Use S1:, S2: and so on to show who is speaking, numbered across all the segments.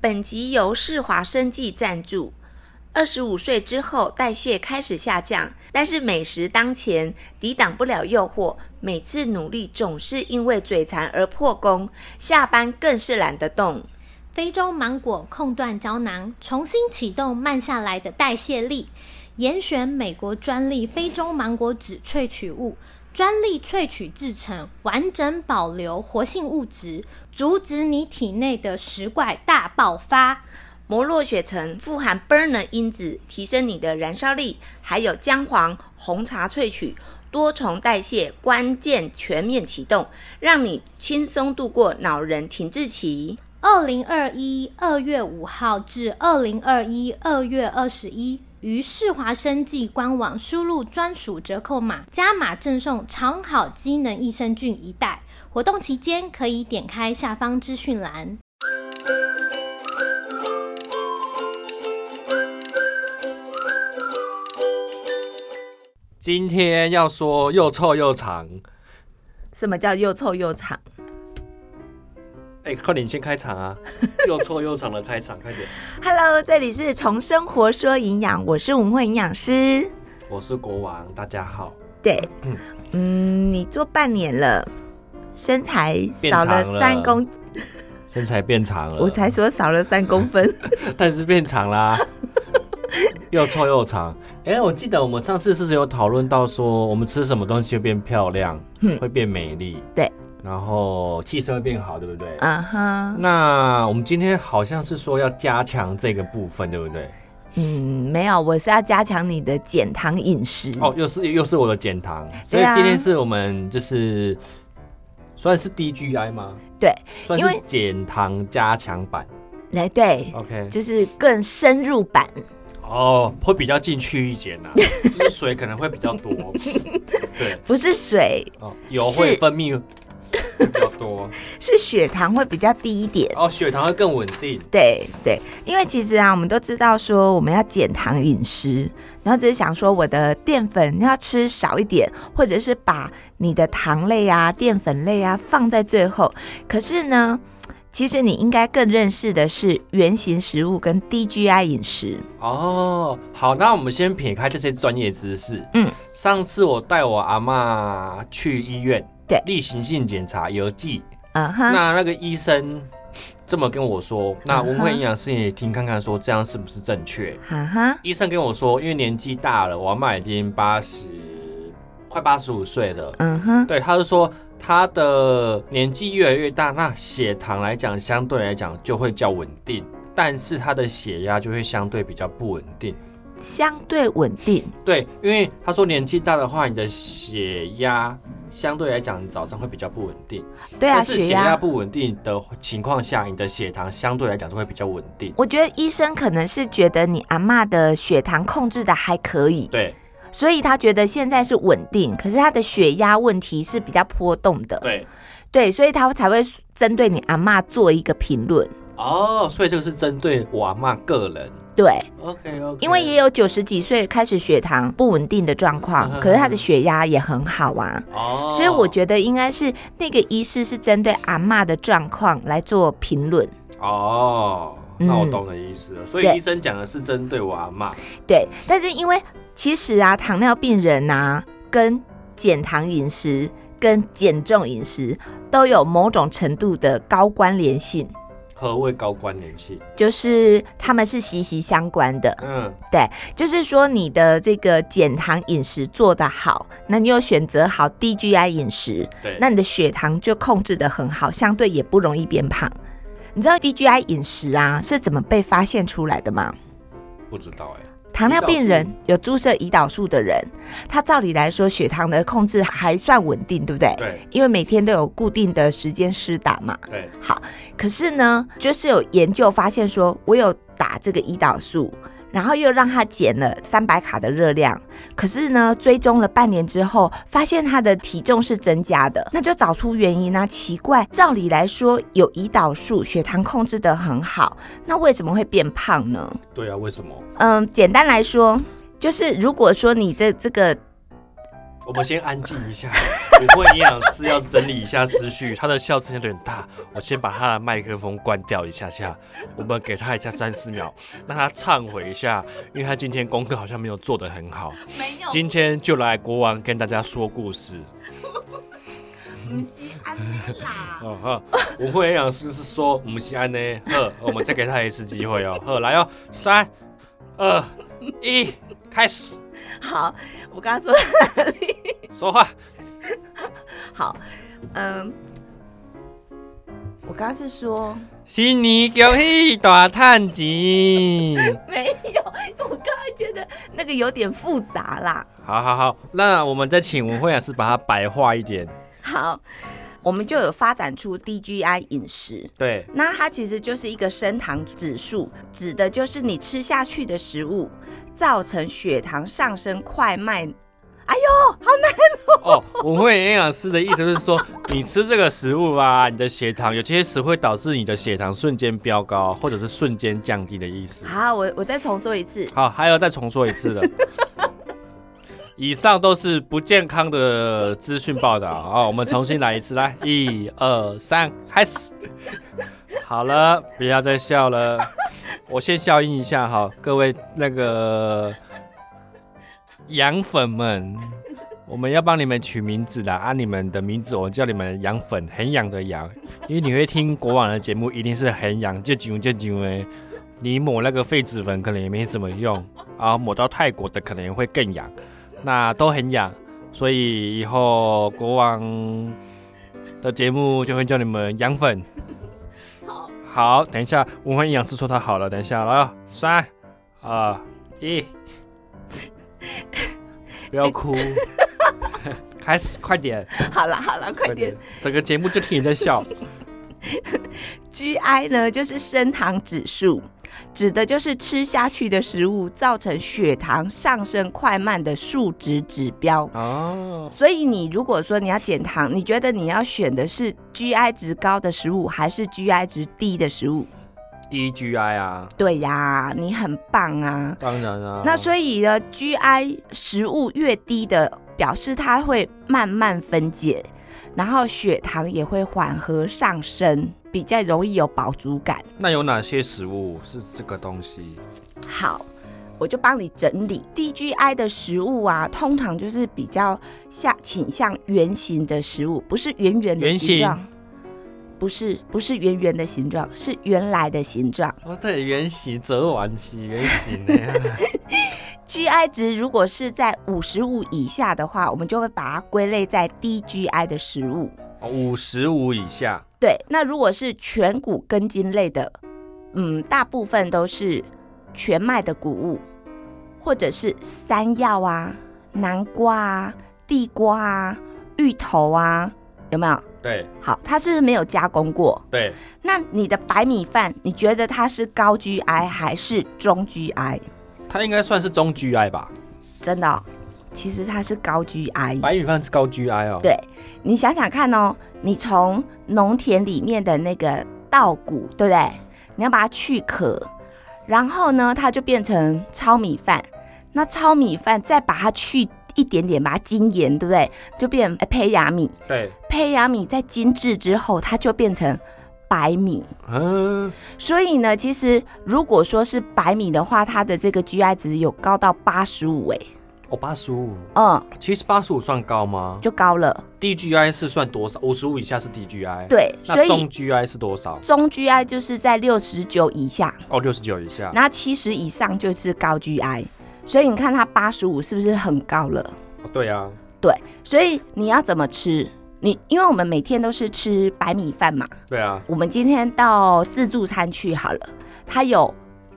S1: 本集由世华生技赞助。二十五岁之后，代谢开始下降，但是美食当前，抵挡不了诱惑。每次努力总是因为嘴馋而破功，下班更是懒得动。
S2: 非洲芒果控段胶囊重新启动慢下来的代谢力，严选美国专利非洲芒果酯萃取物，专利萃取制成，完整保留活性物质，阻止你体内的食怪大爆发。
S1: 摩洛血橙富含 burner 因子，提升你的燃烧力，还有姜黄、红茶萃取，多重代谢关键全面启动，让你轻松度过恼人停滞期。
S2: 二零二一二月五号至二零二一二月二十一，于世华生技官网输入专属折扣码，加码赠送长好机能益生菌一袋。活动期间可以点开下方资讯栏。
S3: 今天要说又臭又长，
S1: 什么叫又臭又长？
S3: 哎、快点先开 场啊！又臭又长的开场，快点！
S1: Hello，这里是从生活说营养，我是文慧营养师。
S3: 我是国王，大家好。
S1: 对，嗯，你做半年了，身材少了
S3: 变长了嗯
S1: 三公，
S3: 身材变长了，
S1: 我才说少了三公 分。
S3: 但是变长啦、又臭又长。哎、我记得我们上次是不是有讨论到说，我们吃什么东西会变漂亮，
S1: 嗯
S3: 会变美丽，
S1: 对，
S3: 然后气色会变好，对不对？
S1: 嗯哼，
S3: 那我们今天好像是说要加强这个部分，对不对？
S1: 嗯，没有，我是要加强你的减糖饮食。
S3: 哦，又是又是我的减糖，所
S1: 嗯对
S3: 以
S1: 啊
S3: 今天是我们就是算是 DGI 吗？
S1: 对，
S3: 算
S1: 因为
S3: 是减糖加 强版。
S1: 来，对，
S3: OK，
S1: 就是更深入版。
S3: 哦，会比较进去一点 呐、就是水可能会比较多，对，
S1: 不是水，
S3: 哦，油会
S1: 是
S3: 分泌会比较多，
S1: 是血糖会比较低一点。
S3: 然后血糖会更稳定。
S1: 对对，因为其实啊，我们都知道说我们要减糖饮食，然后只是想说我的淀粉要吃少一点，或者是把你的糖类啊、淀粉类啊放在最后。可是呢，其实你应该更认识的是原型食物跟低 g i 饮食。
S3: 哦，好，那我们先撇开这些专业知识。
S1: 嗯，
S3: 上次我带我阿嬷去医院，
S1: 对
S3: 例行性检查有剂，
S1: 嗯哼，
S3: 那那个医生这么跟我说，那文慧营养师也听看看说这样是不是正确？
S1: 哈哈，
S3: 医生跟我说，因为年纪大了，我阿嬷已经八十，快八十五岁了。
S1: 嗯哼，
S3: 对，他就说他的年纪越来越大，那血糖来讲，相对来讲就会较稳定，但是他的血压就会相对比较不稳定。
S1: 相对稳定。
S3: 对，因为他说年纪大的话，你的血压相对来讲，你早上会比较不稳定。
S1: 对啊，
S3: 但是
S1: 血
S3: 血压
S1: 压。
S3: 不稳定的情况下，你的血糖相对来讲就会比较稳定。
S1: 我觉得医生可能是觉得你阿嬷的血糖控制的还可以，
S3: 对
S1: 所以他觉得现在是稳定，可是他的血压问题是比较波动的，
S3: 对，
S1: 对所以他才会针对你阿嬷做一个评论，
S3: 哦，所以这个是针对我阿嬷个人。
S1: 对，
S3: OK OK，
S1: 因为也有九十几岁开始血糖不稳定的状况
S3: 嗯，哼
S1: 可是他的血压也很好啊，
S3: 哦，
S1: 所以我觉得应该是那个医师是针对阿嬷的状况来做评论，
S3: 哦，那我
S1: 嗯
S3: 懂你的意思了。所以
S1: 对
S3: 医生讲的是针对我阿嬷。
S1: 对，但是因为其实啊，糖尿病人啊，跟减糖饮食跟减重饮食都有某种程度的高关联性。
S3: 何谓高关联性？
S1: 就是他们是息息相关的。
S3: 嗯，
S1: 就是说，你的这个减糖饮食做得好，那你有选择好低 g i 饮食，
S3: 对。
S1: 那你的血糖就控制得很好，相对也不容易变胖。你知道低 g i 饮食啊是怎么被发现出来的吗？
S3: 不知道哎、
S1: 糖尿病
S3: 胰岛
S1: 人有注射胰岛素的人，他照理来说血糖的控制还算稳定，对不对？
S3: 对
S1: 因为每天都有固定的时间施打嘛。
S3: 对，
S1: 可是呢，就是有研究发现说，我有打这个胰岛素，然后又让它减了三百卡的热量。可是呢，追踪了半年之后，发现他的体重是增加的，那就找出原因啦、奇怪，照理来说，有胰岛素，血糖控制得很好，那为什么会变胖呢？
S3: 对啊，为什么？
S1: 嗯，简单来说，就是如果说你这这个
S3: 我们先安静一下， 不会营养师要整理一下思绪，他的笑声有点大，我先把他的麦克风关掉一下下，我们给他一下三四 秒，让他忏悔一下，因为他今天功课好像没有做得很好。
S1: 没有，
S3: 今天就来国王跟大家说故事。
S1: 不是安利啦。
S3: 哦呵，我会营养师是说我们西安呢，呵，我们再给他一次机会哦，呵，来哦，三、二、一，开始
S1: 好，我刚刚说
S3: 说话。
S1: 好，嗯，我刚刚是说
S3: 新年恭喜大探钱！
S1: 没有，我刚刚觉得那个有点复杂啦。
S3: 好好好，那我们再请文慧老师把它白话一点。
S1: 好，我们就有发展出 DGI 饮食。
S3: 对，
S1: 那它其实就是一个升糖指数，指的就是你吃下去的食物造成血糖上升快慢。哎呦，好难！
S3: 哦，文慧营养师的意思就是说，你吃这个食物啊，你的血糖有些时会导致你的血糖瞬间飙高，或者是瞬间降低的意思。
S1: 好，我我再重说一次。
S3: 好，还要再重说一次的。 以上都是不健康的资讯报道啊、哦，我们重新来一次，来，一二三，开始。好了，不要再笑了，我先消音一下哈，各位那个羊粉们，我们要帮你们取名字的，按、你们的名字，我叫你们羊粉，很痒的痒，因为你会听国王的节目，一定是很痒，就啾就啾哎。你抹那个痱子粉可能也没什么用啊，抹到泰国的可能会更痒，那都很痒，所以以后国王的节目就会叫你们养粉。
S1: 好，
S3: 好，等一下，文慧营养师说他好了，等一下，来哦，三、二、 一，不要哭，开始，快点，
S1: 好了好了，快点。，
S3: 整个节目就听你在笑。
S1: GI 呢，就是升糖指数，指的就是吃下去的食物造成血糖上升快慢的数值指标。
S3: 哦，
S1: 所以你如果说你要减糖，你觉得你要选的是 GI 值高的食物，还是 GI 值低的食物？
S3: 第一 GI 啊，
S1: 对呀，你很棒啊！
S3: 当然啊，
S1: 那所以呢，GI 食物越低的，表示它会慢慢分解，然后血糖也会缓和上升，比较容易有饱足感。
S3: 那有哪些食物是这个东西？
S1: 好，我就帮你整理 DGI 的食物啊，通常就是比较下倾向圆形的食物，不是圆圆的
S3: 圆
S1: 形
S3: 形
S1: 状，不是不是圆圆的形状，是原来的形状。
S3: 我对原形则丸形，原形呢？
S1: GI 值如果是在五十五以下的话，我们就会把它归类在 DGI 的食物。
S3: 哦五十五以下，
S1: 对，那如果是全谷根茎类的，嗯，大部分都是全麦的谷物，或者是山药啊、南瓜啊、地瓜啊、芋头啊，有没有？
S3: 对
S1: 好，它是不是没有加工过。
S3: 对，
S1: 那你的白米饭，你觉得它是高 GI 还是中 GI？
S3: 它应该算是中 GI 吧？
S1: 真的哦、其实它是高 GI。
S3: 白米饭是高 GI 哦。，
S1: 对你想想看哦，你从农田里面的那个稻谷，对不对？你要把它去壳，然后呢，它就变成糙米饭。那糙米饭再把它去一点点，把它精盐，对不对？就变呃胚芽米，
S3: 对，
S1: 胚芽米在精制之后，它就变成白米。
S3: 嗯，
S1: 所以呢，其实如果说是白米的话，它的这个 GI 值有高到八十五，哎，
S3: 哦，八十五，
S1: 嗯，
S3: 其实八十五算高吗
S1: 就高了。
S3: ？DGI 是算多少？五十五以下是 DGI，，
S1: 对，所
S3: 那
S1: 以
S3: 中 GI 是多少？
S1: 中 GI 就是在六十九以下，
S3: 哦，六十九以下，
S1: 那七十以上就是高 GI，所以你看它八十五是不是很高了？
S3: 哦对啊，
S1: 所以你要怎么吃？你因为我们每天都是吃白米饭嘛，
S3: 对啊，
S1: 我们今天到自助餐去好了，它有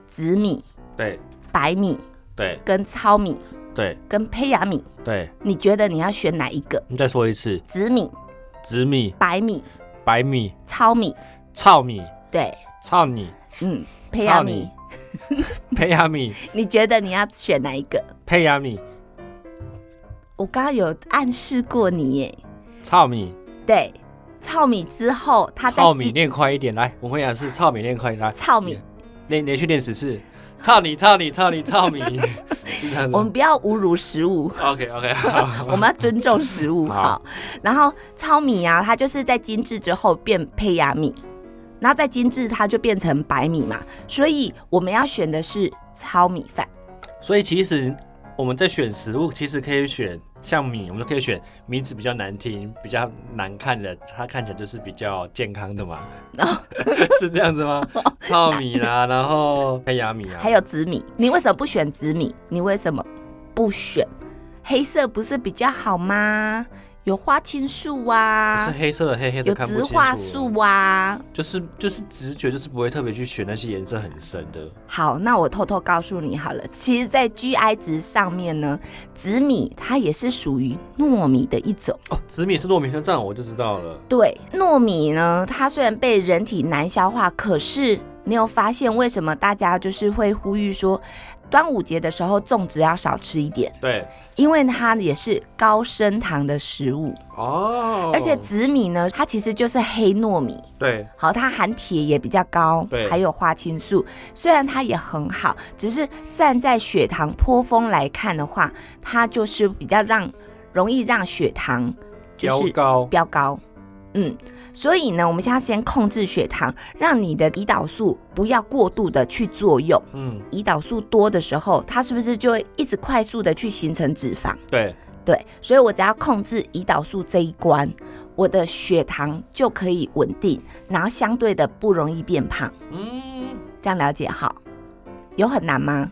S1: 紫米、
S3: 对
S1: 白米、
S3: 对
S1: 跟糙米、
S3: 对
S1: 跟胚芽米，
S3: 对，
S1: 你觉得你要选哪一个？
S3: 你再说一次，
S1: 紫米、
S3: 紫米、
S1: 白米、
S3: 白米、
S1: 糙米，
S3: 糙米、
S1: 对，
S3: 糙米、
S1: 嗯，胚芽米
S3: 糙，胚芽米、
S1: 你觉得你要选哪一个？
S3: 胚芽米、
S1: 我刚刚有暗示过你耶，
S3: 糙米。
S1: 对，糙米之后它在
S3: 糙米
S1: 进
S3: 练快一点，来，文慧啊雅是糙米练快一点，来
S1: 糙米
S3: 练连续练十次，糙米糙米糙米糙米， 是这样
S1: 我们
S3: 子。
S1: 不要侮辱食物，
S3: OK OK，好，
S1: 我们要尊重食物
S3: 好
S1: 好。然后糙米啊，它就是在精致之后变胚芽米，然后再精致它就变成白米嘛，所以我们要选的是糙米饭。
S3: 所以其实我们在选食物，其实可以选像米，我们可以选名字比较难听、比较难看的，它看起来就是比较健康的嘛。
S1: 哦
S3: 是这样 子吗？糙米啦，然后胚芽米啊，
S1: 还有紫米，你为什么不选紫米？你为什么不选黑色？不是比较好吗？有花青素
S3: 是
S1: 啊，
S3: 黑色的黑黑的，
S1: 有
S3: 看不
S1: 植
S3: 清楚
S1: 化素啊。
S3: 就是就是直觉，就是不会特别去选那些颜色很深的。
S1: 好，那我偷偷告诉你好了，其实，在 GI 值上面呢，紫米它也是属于糯米的一种。
S3: 哦，紫米是糯米饭，这样我就知道了。
S1: 对，糯米呢，它虽然被人体难消化，可是你有发现为什么大家就是会呼吁说，端午节的时候粽子要少吃一点，
S3: 对，
S1: 因为它也是高升糖的食物，
S3: 哦，
S1: 而且紫米呢，它其实就是黑糯米。
S3: 对
S1: 好，它含铁也比较高，
S3: 对
S1: 还有花青素，虽然它也很好，只是站在血糖波峰来看的话，它就是比较让容易让血糖就
S3: 标
S1: 是
S3: 高
S1: 飙高，嗯，所以呢，我们现在先控制血糖，让你的胰岛素不要过度的去作用。
S3: 嗯，
S1: 胰岛素多的时候，它是不是就会一直快速的去形成脂肪？
S3: 对，
S1: 对，所以我只要控制胰岛素这一关，我的血糖就可以稳定，然后相对的不容易变胖。
S3: 嗯，
S1: 这样了解好？有很难吗？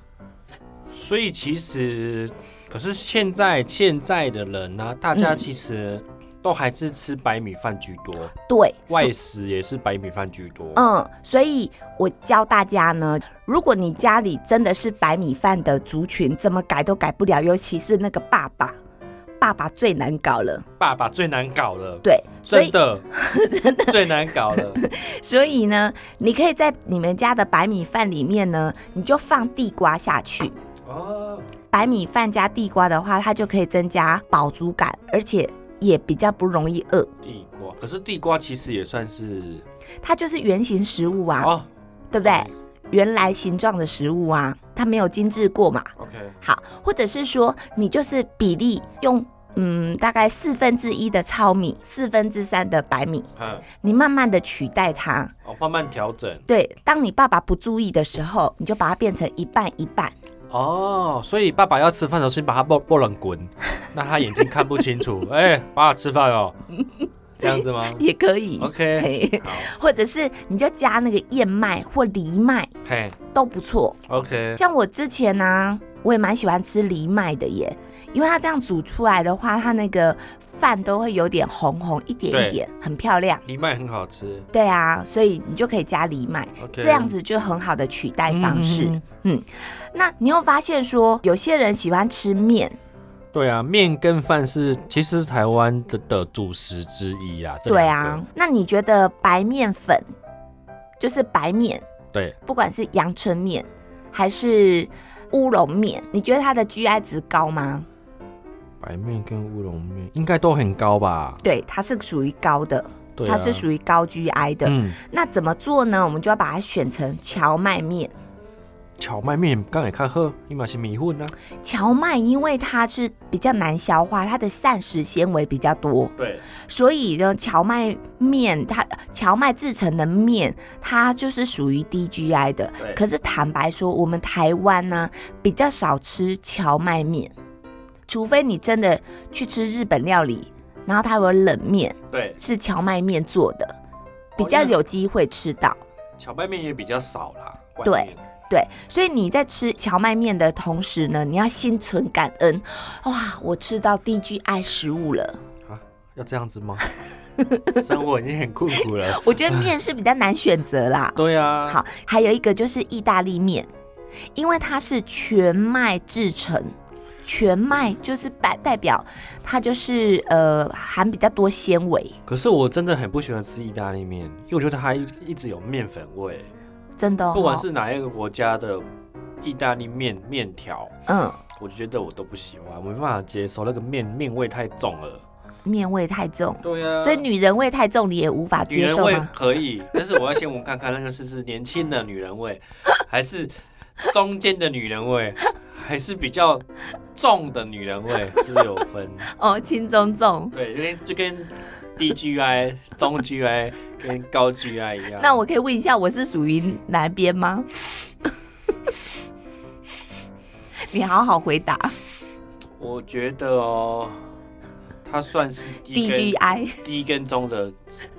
S3: 所以其实，可是现在现在的人呢、大
S1: 嗯
S3: 家其实都还是吃白米饭居多，
S1: 对，
S3: 外食也是白米饭居多。
S1: 嗯，所以我教大家呢，如果你家里真的是白米饭的族群，怎么改都改不了，尤其是那个爸爸，爸爸最难搞了。
S3: 爸爸最难搞了，
S1: 对，所
S3: 真
S1: 以
S3: 的， 真的最难搞了。
S1: 所以呢，你可以在你们家的白米饭里面呢，你就放地瓜下去。
S3: 哦，
S1: 白米饭加地瓜的话，它就可以增加饱足感，而且也比较不容易饿。
S3: 地瓜，可是地瓜其实也算是
S1: 它就是圆形食物啊，
S3: 哦，
S1: 对不对？原来形状的食物啊，它没有精致过嘛。
S3: ？OK，
S1: 好，或者是说你就是比例用嗯大概四分之一的糙米，四分之三的白米，
S3: 嗯，
S1: 你慢慢的取代它。
S3: 哦，慢慢调整。
S1: 对，当你爸爸不注意的时候，你就把它变成一半一半。
S3: 哦，所以爸爸要吃饭的时候，先把他抱抱 冷滚，那他眼睛看不清楚。 哎、爸爸吃饭 哦，这样子吗
S1: 也可以
S3: ？OK，
S1: 嘿
S3: 好，
S1: 或者是你就加那个燕麦或藜麦
S3: 嘿
S1: 都不错。
S3: ，OK，
S1: 像我之前呢、我也蛮喜欢吃藜麦的耶，因为它这样煮出来的话，它那个饭都会有点红红，一点一点，很漂亮。
S3: 藜麦很好吃
S1: 对啊，所以你就可以加藜麦
S3: OK
S1: 这样子就很好的取代方式。
S3: 嗯嗯
S1: 那你又发现说，有些人喜欢吃面，
S3: 对啊，面跟饭是其实是台湾的的主食之一啊。这
S1: 对
S3: 两
S1: 啊
S3: 个，，
S1: 那你觉得白面粉就是白面，
S3: 对，
S1: 不管是阳春面还是乌龙面，你觉得它的 GI 值高吗？
S3: 白面跟乌龙面应该都很高吧？
S1: 对，它是属于高的，
S3: 对、啊，
S1: 它是属于高 GI 的。
S3: 嗯，
S1: 那怎么做呢？我们就要把它选成荞麦面。
S3: 荞麦面刚才看喝，你嘛是米混啊？
S1: 荞麦因为它是比较难消化，它的膳食纤维比较多，
S3: 对，
S1: 所以呢，荞麦面它荞麦制成的面，它就是属于低 GI 的
S3: 对。
S1: 可是坦白说，我们台湾呢、比较少吃荞麦面，除非你真的去吃日本料理，然后它有冷面，
S3: 对
S1: 是荞麦面做的，比
S3: 哦
S1: 较
S3: 因为
S1: 有机会吃到。
S3: 荞麦面也比较少啦。外
S1: 对
S3: 面，
S1: 对，所以你在吃荞麦面的同时呢，你要心存感恩，哇，我吃到低 GI 食物了。
S3: 要这样子吗？ 生活已经很困苦了。
S1: 我觉得面是比较难选择啦。
S3: 对啊，
S1: 好，还有一个就是意大利面，因为它是全麦制成，全麦就是代代表它就是呃含比较多纤维，
S3: 可是我真的很不喜欢吃意大利面，因为我觉得它一一直有面粉味，
S1: 真的、哦。
S3: 不管是哪一个国家的意大利面面条，
S1: 嗯
S3: 我觉得我都不喜欢，我没办法接受那个面面味太重了。
S1: 面味太重，
S3: 对啊
S1: 所以女人味太重你也无法
S3: 女
S1: 接
S3: 人
S1: 受
S3: 味
S1: 吗？
S3: 可以，但是我要先闻看看那个是是年轻的女人味，还是中间的女人味，还是比较重的女人味，就是有分。
S1: 哦，轻中重。
S3: 对，因为就跟低 GI、中 GI 跟高 GI 一样。
S1: 那我可以问一下，我是属于哪边 吗？你好好回答。
S3: 我觉得哦，它算是低跟
S1: DGI
S3: 低跟中的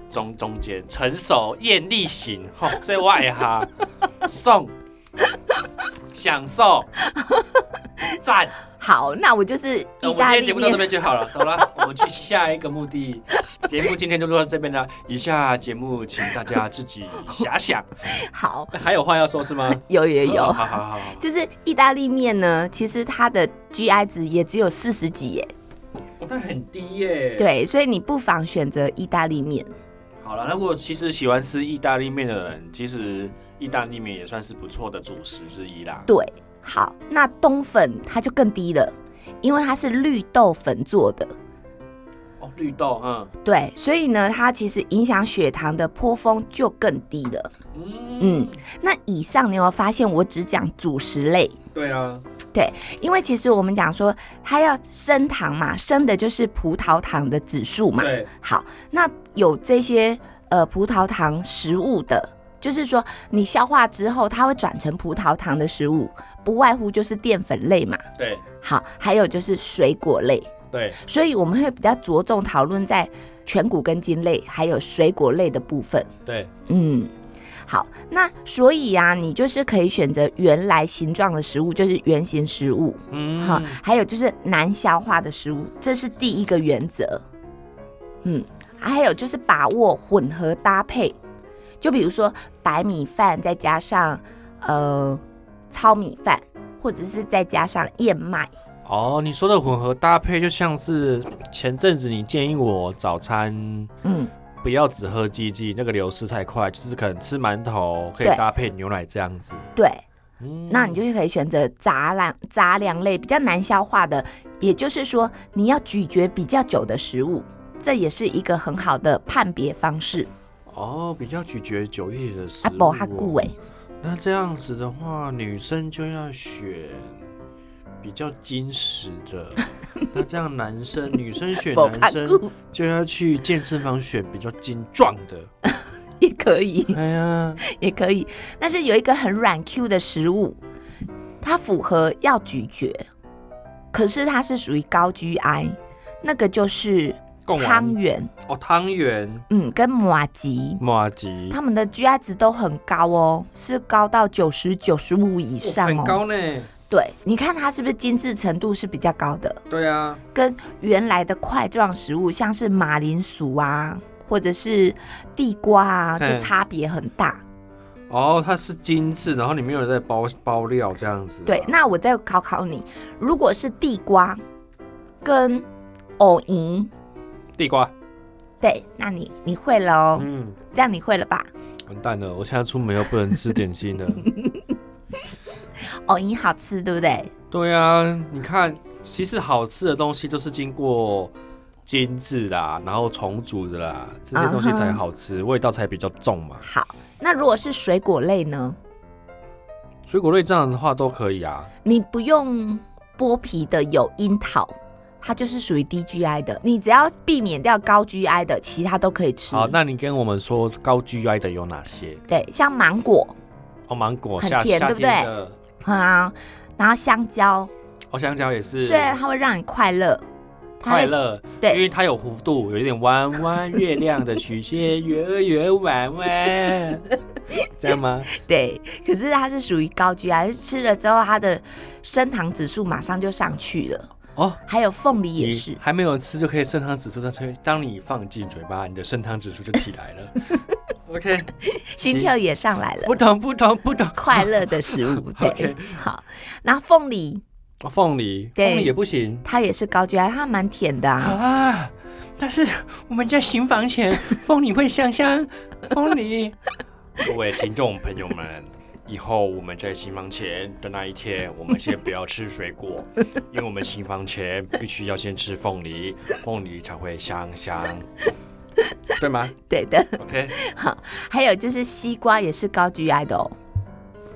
S3: 中中间，成熟艳丽型，吼、最外哈，送享受赞。
S1: 好，那我就是
S3: 那
S1: 意
S3: 哦我们今
S1: 大
S3: 天
S1: 利
S3: 节目到这
S1: 面。
S3: 边就好了，走了，我们去下一个目的。节目今天就录到这边了，以下节目请大家自己遐想。
S1: 好，
S3: 还有话要说是吗？
S1: 有有
S3: 好
S1: 有，
S3: 好好好，
S1: 就是意大利面呢，其实它的 GI 值也只有四十几耶。
S3: 那哦很低耶。，
S1: 对，所以你不妨选择意大利面。
S3: 好了，那如果其实喜欢吃意大利面的人，其实意大利面也算是不错的主食之一啦。
S1: 对，好，那冬粉它就更低了，因为它是绿豆粉做的。
S3: 哦，绿豆，嗯
S1: 对，所以呢，它其实影响血糖的波峰就更低了。
S3: 嗯
S1: 嗯，那以上你有没有发现，我只讲主食类，
S3: 对啊，
S1: 因为其实我们讲说它要升糖嘛，升的就是葡萄糖的指数嘛。
S3: 对，
S1: 好，那有这些呃葡萄糖食物的，就是说你消化之后，它会转成葡萄糖的食物，不外乎就是淀粉类嘛。
S3: 对
S1: 好，还有就是水果类，
S3: 对，
S1: 所以我们会比较着重讨论在全谷根茎类还有水果类的部分。
S3: 对，
S1: 嗯，好，那所以啊，你就是可以选择原来形状的食物，就是圆形食物，
S3: 嗯
S1: 哈、还有就是难消化的食物，这是第一个原则。嗯，还有就是把握混合搭配，就比如说白米饭再加上呃糙米饭，或者是再加上燕麦。
S3: 哦，你说的混合搭配就像是前阵子你建议我早餐
S1: 嗯，
S3: 不要只喝鸡鸡，那个流失太快，就是可能吃馒头可以
S1: 对
S3: 搭配牛奶这样子。
S1: 对。
S3: 嗯
S1: 那你就可以选择杂粮杂粮类比较难消化的，也就是说你要咀嚼比较久的食物，这也是一个很好的判别方式。
S3: 哦，比较咀嚼久一点的食
S1: 阿
S3: 物、哦
S1: 伯哈固哎，
S3: 那这样子的话，女生就要选比较矜持 的。那这样男生女生选
S1: 伯哈
S3: 男生
S1: 固
S3: 就要去健身房选比较精壮的。
S1: 也可以，
S3: 哎呀，
S1: 也可以。但是有一个很软 Q 的食物，它符合要咀嚼，可是它是属于高 GI，那个就是
S3: 贡
S1: 汤
S3: 丸
S1: 圆，
S3: 哦，汤圆、
S1: 嗯，跟马吉。
S3: 马吉，
S1: 他们的 GI 值都很高哦，是高到九十九十五以
S3: 哇
S1: 上哦，
S3: 很高呢。
S1: 对，你看它是不是精致程度是比较高的，
S3: 对啊，
S1: 跟原来的块状食物，像是马铃薯啊，或者是地瓜啊，
S3: 嗯
S1: 就差别很大。
S3: 哦，它是精致，然后里面有在包包料这样子啊。
S1: 对，那我再考考你，如果是地瓜跟藕泥，
S3: 地瓜，
S1: 对，那你你会了哦，
S3: 嗯，
S1: 这样你会了吧？
S3: 完蛋了，我现在出门又不能吃点心了。
S1: 藕泥好吃，对不对？
S3: 对啊，你看，其实好吃的东西都是经过精致的、啊，然后重组的啦、这些东西才好吃
S1: 啊
S3: 味道才比较重嘛。
S1: 好，那如果是水果类呢？
S3: 水果类这样的话都可以啊。
S1: 你不用剥皮的有樱桃，它就是属于低 GI 的。你只要避免掉高 GI 的，其他都可以吃。
S3: 好，那你跟我们说高 GI 的有哪些？
S1: 对，像芒果
S3: 哦，芒果，
S1: 很
S3: 夏
S1: 甜
S3: 夏
S1: 对不
S3: 天
S1: 对
S3: 的，
S1: 啊，然后香蕉，
S3: 哦，香蕉也是
S1: 虽然它会让你快乐，啊它
S3: 快
S1: 会
S3: 乐，因
S1: 对
S3: 为它有弧度，有一点弯弯月亮的曲线，圆圆弯 弯，这样吗？
S1: 对，可是它是属于高 GI，吃了之后它的升糖指数马上就上去了。
S3: 哦，
S1: 还有凤梨也
S3: 你
S1: 是，
S3: 还没有吃就可以升糖指数上去，当你放进嘴巴，你的升糖指数就起来了。OK，
S1: 心跳也上来了，
S3: 不懂不懂不懂。
S1: 快乐的食物。对
S3: OK，
S1: 好，然后凤梨
S3: 哦凤梨，
S1: 对
S3: 凤梨也不行
S1: 它也是高 GI，它蛮甜的啊。
S3: 啊。但是我们在行 房前，凤梨会香香，凤梨。各位听众朋友们，以后我们在行房前的那一天，我们先不要吃 水果，因为我们行房前必须要先吃凤梨，凤梨才会香香，对吗
S1: 对的，
S3: ？OK，
S1: 还有就是西瓜也是高 GI 的哦。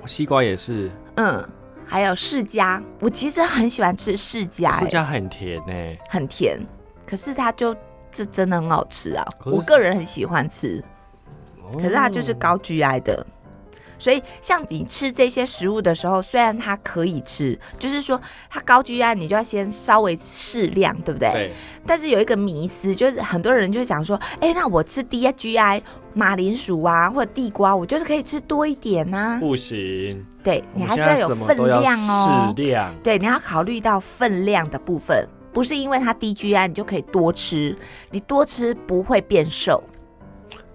S3: 西瓜也是，
S1: 嗯，还有释迦，我其实很喜欢吃释迦、
S3: 释
S1: 欸，
S3: 迦很甜呢、
S1: 很甜，可是它就这真的很好吃啊，
S3: 可是
S1: 我个人很喜欢吃，可是它就是
S3: 哦
S1: 高 GI 的。所以，像你吃这些食物的时候，虽然它可以吃，就是说它高 GI，你就要先稍微适量，对不对？
S3: 对，
S1: 但是有一个迷思，就是很多人就想说，哎、那我吃 D G I 马铃薯啊，或者地瓜，我就是可以吃多一点啊呐、
S3: 不行，
S1: 对你还是
S3: 我们现在
S1: 有
S3: 什么
S1: 分
S3: 都要
S1: 量哦
S3: 适。量。
S1: 对，你要考虑到分量的部分，不是因为它 D G I 你就可以多吃，你多吃不会变瘦。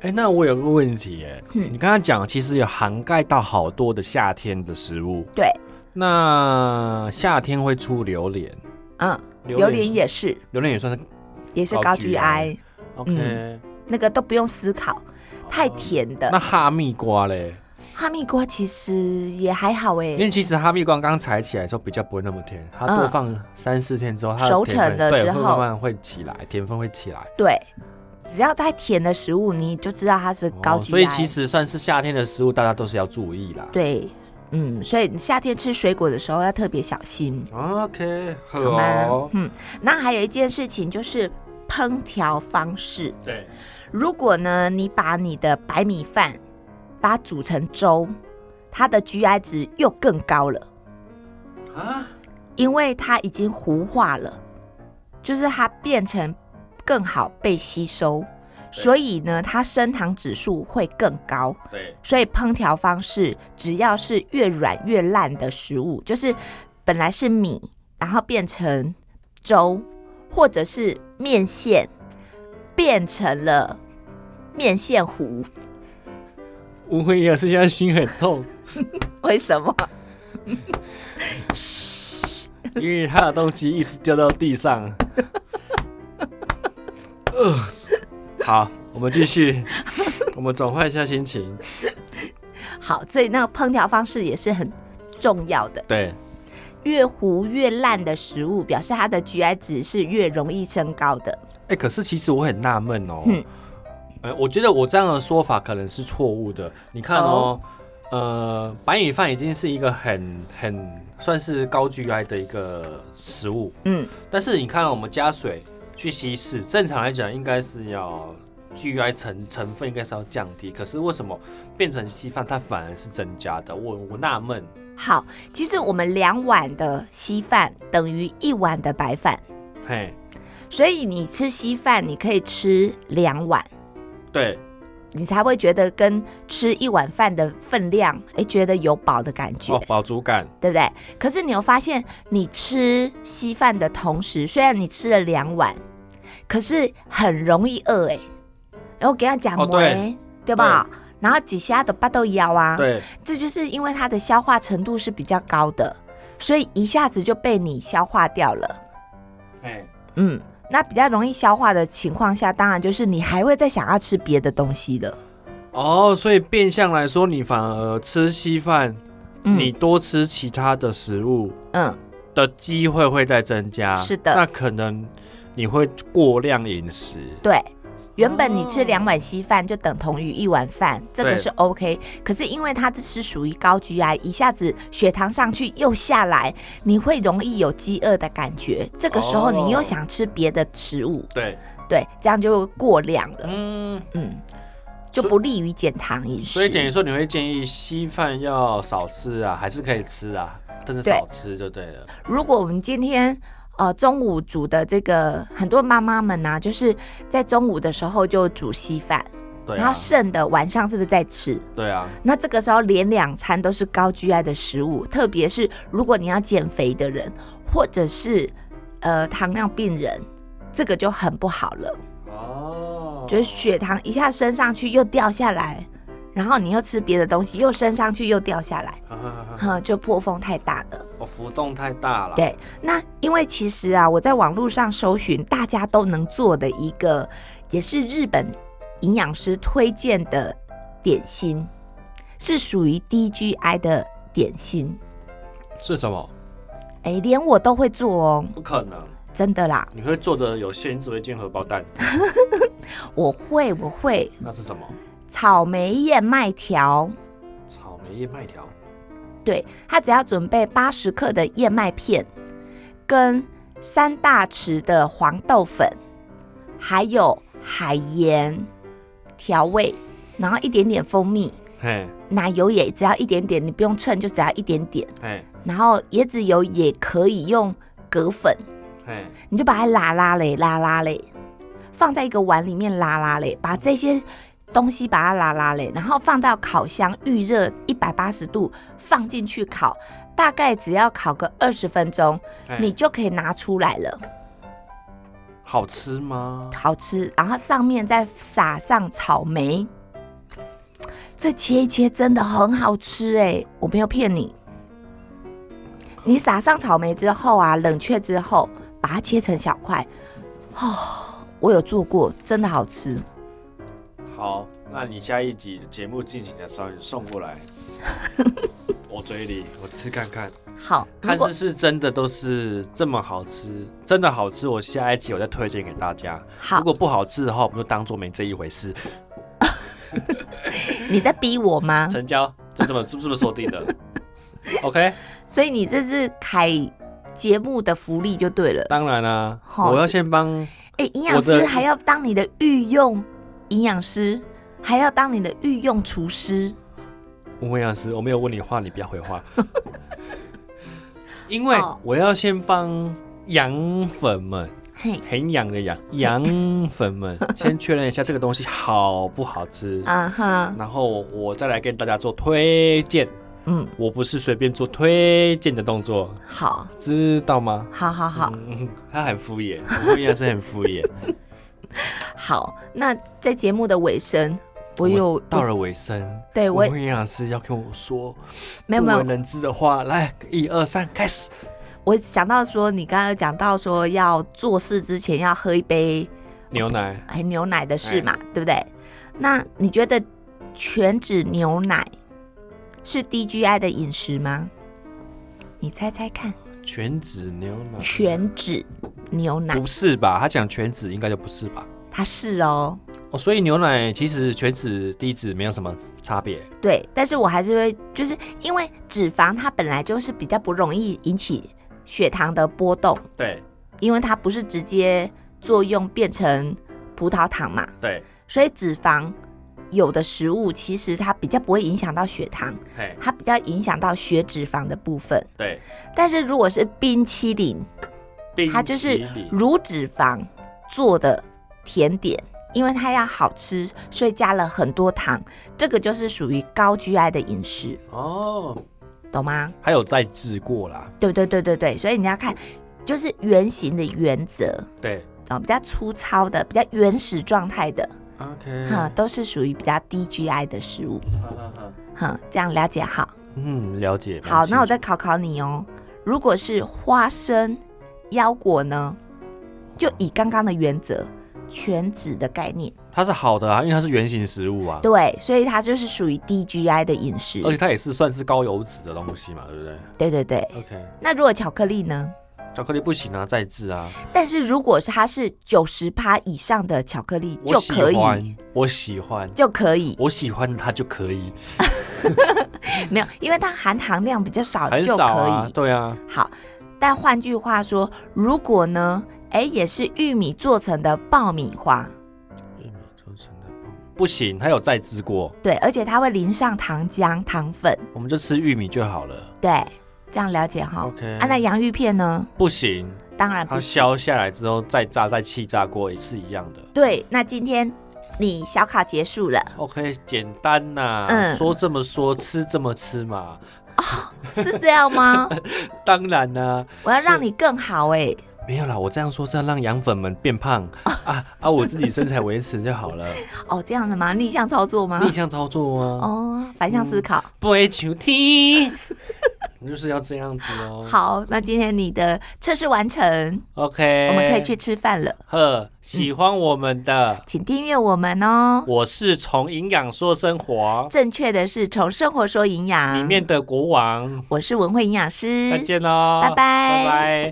S3: 哎、那我有个问题、哎、
S1: 嗯
S3: 你刚刚讲其实有涵盖到好多的夏天的食物，
S1: 对，
S3: 那夏天会出榴莲，
S1: 嗯，
S3: 榴
S1: 榴莲也是，
S3: 榴莲也算是
S1: 也是
S3: 高
S1: 高
S3: GI
S1: G I，
S3: OK，、
S1: 那个都不用思考，太甜
S3: 哦那
S1: 的。
S3: 哈密瓜嘞？
S1: 哈密瓜其实也还好哎、
S3: 因为其实哈密瓜刚采起来的时候比较不会那么甜，它
S1: 嗯
S3: 多放三四天之后，它的
S1: 熟
S3: 甜
S1: 成
S3: 分
S1: 了
S3: 对
S1: 之
S3: 会
S1: 后
S3: 慢慢会起来，甜分会起来。
S1: 对，只要太甜的食物，你就知道它是高 GI、
S3: 哦所以其实算是夏天的食物，大家都是要注意啦。
S1: 对，嗯，所以你夏天吃水果的时候要特别小心，
S3: ，OK，好
S1: 好吗
S3: 哦？，
S1: 嗯，那还有一件事情就是烹调方式，
S3: 对，
S1: 如果呢你把你的白米饭把它煮成粥，它的 GI 值又更高了，
S3: 啊，
S1: 因为它已经糊化了，就是它变成更好被吸收。
S3: 对
S1: 所以呢，它升糖指数会更高，
S3: 对，
S1: 所以烹调方式只要是越软越烂的食物，就是本来是米，然后变成粥，或者是面线变成了面线糊，
S3: 吴慧也是现在心很痛，
S1: 为什么？
S3: 因为他的东西一直掉到地上。 呃好，我们继 续，我们转换一下心情。
S1: 好，所以那个烹调方式也是很重要的。
S3: 对，
S1: 越糊越烂的食物，表示它的 GI 值是越容易升高的。
S3: 哎、可是其实我很纳闷哦，
S1: 嗯
S3: 呃，我觉得我这样的说法可能是错误的。你看哦，呃，白米饭已经是一个很很算是高 GI 的一个食物，
S1: 嗯，
S3: 但是你看、我们加水去稀释，正常来讲应该是要 GI 成成分应该是要降低，可是为什么变成稀饭它反而是增加的？我我纳闷。
S1: 好，其实我们两碗的稀饭等于一碗的白饭。
S3: 嘿，
S1: 所以你吃稀饭，你可以吃两碗，
S3: 对，
S1: 你才会觉得跟吃一碗饭的分量，哎、觉得有饱的感觉，
S3: 哦，饱足感，
S1: 对不对？可是你有发现，你吃稀饭的同时，虽然你吃了两碗，可是很容易饿哎、然后给他讲
S3: 哦
S1: 馍
S3: 对
S1: 哎，对吧？然后几下的巴豆腰啊，
S3: 对，
S1: 这就是因为它的消化程度是比较高的，所以一下子就被你消化掉了。
S3: 哎，
S1: 嗯，那比较容易消化的情况下，当然就是你还会再想要吃别的东西的。
S3: 哦，所以变相来说，你反而吃稀饭，
S1: 嗯
S3: 你多吃其他的食物
S1: 嗯，
S3: 的机会会再增加。
S1: 是的
S3: 那可能你会过量饮食。
S1: 对。原本你吃
S3: 哦
S1: 两碗稀饭就等同于一碗饭，这个
S3: 对
S1: 是 OK。可是因为它这是属于高 GI，一下子血糖上去又下来，你会容易有饥饿的感觉。这个时候
S3: 哦
S1: 你又想吃别的食物，
S3: 对，
S1: 对，这样就过量了，
S3: 嗯，
S1: 嗯，就
S3: 所以
S1: 不利于减糖饮食。
S3: 所以等于说你会建议稀饭要少吃啊，还是可以吃啊，但是
S1: 对
S3: 少吃就对了。
S1: 如果我们今天呃中午煮的这个，很多妈妈们呢、就是在中午的时候就煮稀饭，
S3: 对
S1: 然后
S3: 啊，
S1: 剩的晚上是不是在吃？
S3: 对啊，
S1: 那这个时候连两餐都是高 GI 的食物，特别是如果你要减肥的人，或者是呃糖尿病人。这个就很不好了，
S3: 哦，
S1: 就是血糖一下升上去又掉下来，然后你又吃别的东西又升上去又掉下来，
S3: 嗯
S1: 哼，就破风太大了。
S3: 我哦浮动太大了。
S1: 对，那因为其实啊，我在网络上搜寻大家都能做的一个，也是日本营养师推荐的点心，是属于 DGI 的点心。
S3: 是什么？
S1: 哎，连我都会做哦，
S3: 不可能，
S1: 真的啦，
S3: 你会做的有限，你只会煎荷包蛋，
S1: 我会，我会
S3: 那是什么？
S1: 草莓燕麦条，
S3: 草莓燕麦条。
S1: 对他只要准备八十克的燕麦片，跟三大匙的黄豆粉，还有海盐调味，然后一点点蜂蜜，
S3: 嘿，
S1: 奶油也只要一点点，你不用称，就只要一点点。
S3: 嘿，
S1: 然后椰子油也可以用葛粉，
S3: 嘿，
S1: 你就把它拉拉嘞，拉拉嘞，放在一个碗里面拉拉嘞，把这些东西把它拉拉嘞，然后放到烤箱预热一百八十度，放进去烤，大概只要烤个二十分钟，
S3: 嘿
S1: 你就可以拿出来了，
S3: 好吃吗？
S1: 好吃。然后上面再撒上草莓，这切一切真的很好吃哎、我没有骗你。你撒上草莓之后啊，冷却之后，把它切成小块，哦，我有做过，真的好吃。
S3: 好，那你下一集节目进行的时候，你送过 来，我嘴里我吃看看，
S1: 好，如
S3: 看
S1: 果
S3: 是是真的都是这么好吃，真的好吃，我下一集我再推荐给大家。
S1: 好
S3: 如，果不好吃的话，我们就当做没这一回事。
S1: 你在逼我吗？
S3: 成交，就这么是不是这么说定的 ？OK，
S1: 所以你这是凯节目的福利就对了。
S3: 当然啦、
S1: 好
S3: 我要先帮
S1: 哎，营养
S3: 我
S1: 师
S3: 的
S1: 还要当你的御用营养师，还要当你的御用厨师。
S3: 吴营养师，我没有问你话，你不要回 话，因为
S2: 好
S3: 我要先帮羊粉们。
S1: 嘿，
S3: 很痒的痒，羊粉 们先确认一下这个东西好不好吃，
S1: 啊哈，
S3: 然后我再来跟大家做推荐。
S1: 嗯，
S3: 我不是随便做推荐的动作，
S1: 好，
S3: 知道吗？
S1: 好好好
S3: 嗯， 他很 敷衍，我也是很敷衍。
S1: 好。那在节目的尾声，我有
S3: 到了尾声，
S1: 对
S3: 我
S1: 我
S3: 营养师要跟我说
S1: 没有没
S3: 不
S1: 有
S3: 为，人知的话，来，一二三，开始。
S1: 我想到说你刚刚有讲到说要做事之前要喝一杯
S3: 牛奶
S1: 哎牛奶的事嘛，对不对？那你觉得全脂牛奶是 DGI 的饮食吗？你猜猜看，
S3: 全脂牛奶，
S1: 全脂牛奶
S3: 不是吧？他讲全脂应该就不是吧？
S1: 它是哦，
S3: 哦，所以牛奶其实全脂、低脂没有什么差别。
S1: 对，但是我还是会，就是因为脂肪它本来就是比较不容易引起血糖的波动，
S3: 对
S1: 因为它不是直接作用变成葡萄糖嘛，
S3: 对，
S1: 所以脂肪有的食物其实它比较不会影响到血糖，
S3: 嘿，
S1: 它比较影响到血脂肪的部分。
S3: 对。
S1: 但是如果是冰淇淋，它就是乳脂肪做的甜点，因为它要好吃，所以加了很多糖，这个就是属于高 GI 的饮食，
S3: 哦，
S1: 懂吗？
S3: 还有再制过啦，
S1: 对对对对对，所以你要看，就是圆形的原则
S3: 对
S1: 啊、比较粗糙的、比较原始状态的，
S3: ，OK，
S1: 哈、都是属于比较低 GI 的食物，哈、这样了解好。
S3: 嗯，了解。
S1: 好，那我再
S3: 再
S1: 考考你哦，如果是花生、腰果呢，就以刚刚的原则，全脂的概念，
S3: 它是好的啊，因为它是原型食物啊，
S1: 对，所以它就是属于低 GI 的饮食
S3: 而，且它也是算是高油脂的东西嘛，对不对
S1: 对对对。
S3: ？OK，
S1: 那如果巧克力呢？
S3: 巧克力不行啊，再制啊，
S1: 但是如果是它是九十趴以上的巧克力
S3: 我
S1: 就
S3: 喜
S1: 可以，
S3: 欢，我喜欢，
S1: 就可以，
S3: 我喜欢它就可以，
S1: 没有，因为它含糖量比较少
S3: 很
S1: 就可以。
S3: 少啊，对啊，
S1: 好，但换句话说，如果呢，哎，也是玉米做成的爆米花，
S3: 不行，它有再制过，
S1: 对，而且它会淋上糖浆、糖粉，
S3: 我们就吃玉米就好了。
S1: 对，这样了解哈。
S3: OK
S1: 啊，那洋芋片呢？
S3: 不行，
S1: 当然不
S3: 它
S1: 行。
S3: 削下来之后再炸、再气炸锅也是一样的。
S1: 对，那今天你小考结束了，
S3: OK，简单呐、
S1: 嗯
S3: 说这么说，吃这么吃嘛，
S1: 是这样 吗？
S3: 当然啦、
S1: 我要让
S3: 是
S1: 你更好哎、
S3: 没有啦，我这样说是要让羊粉们 变胖啊啊，我自己身材维持就好了，
S1: 哦，这样的吗？逆向操作吗
S3: 逆？向操作啊，
S1: 哦，反向思考。
S3: 不会求听，就是要这样子哦。
S1: 好，那今天你的测试完成，
S3: ，OK，
S1: 我们可以去。吃饭了，
S3: 呵，喜欢我们的，
S1: 请订阅我们哦。
S3: 我是从营养说生活
S1: 正确的是从生活说营
S3: 里
S1: 养，
S3: 面的国王，
S1: 我是文慧营养师，
S3: 再见喽，
S1: 嗯拜拜
S3: 拜拜。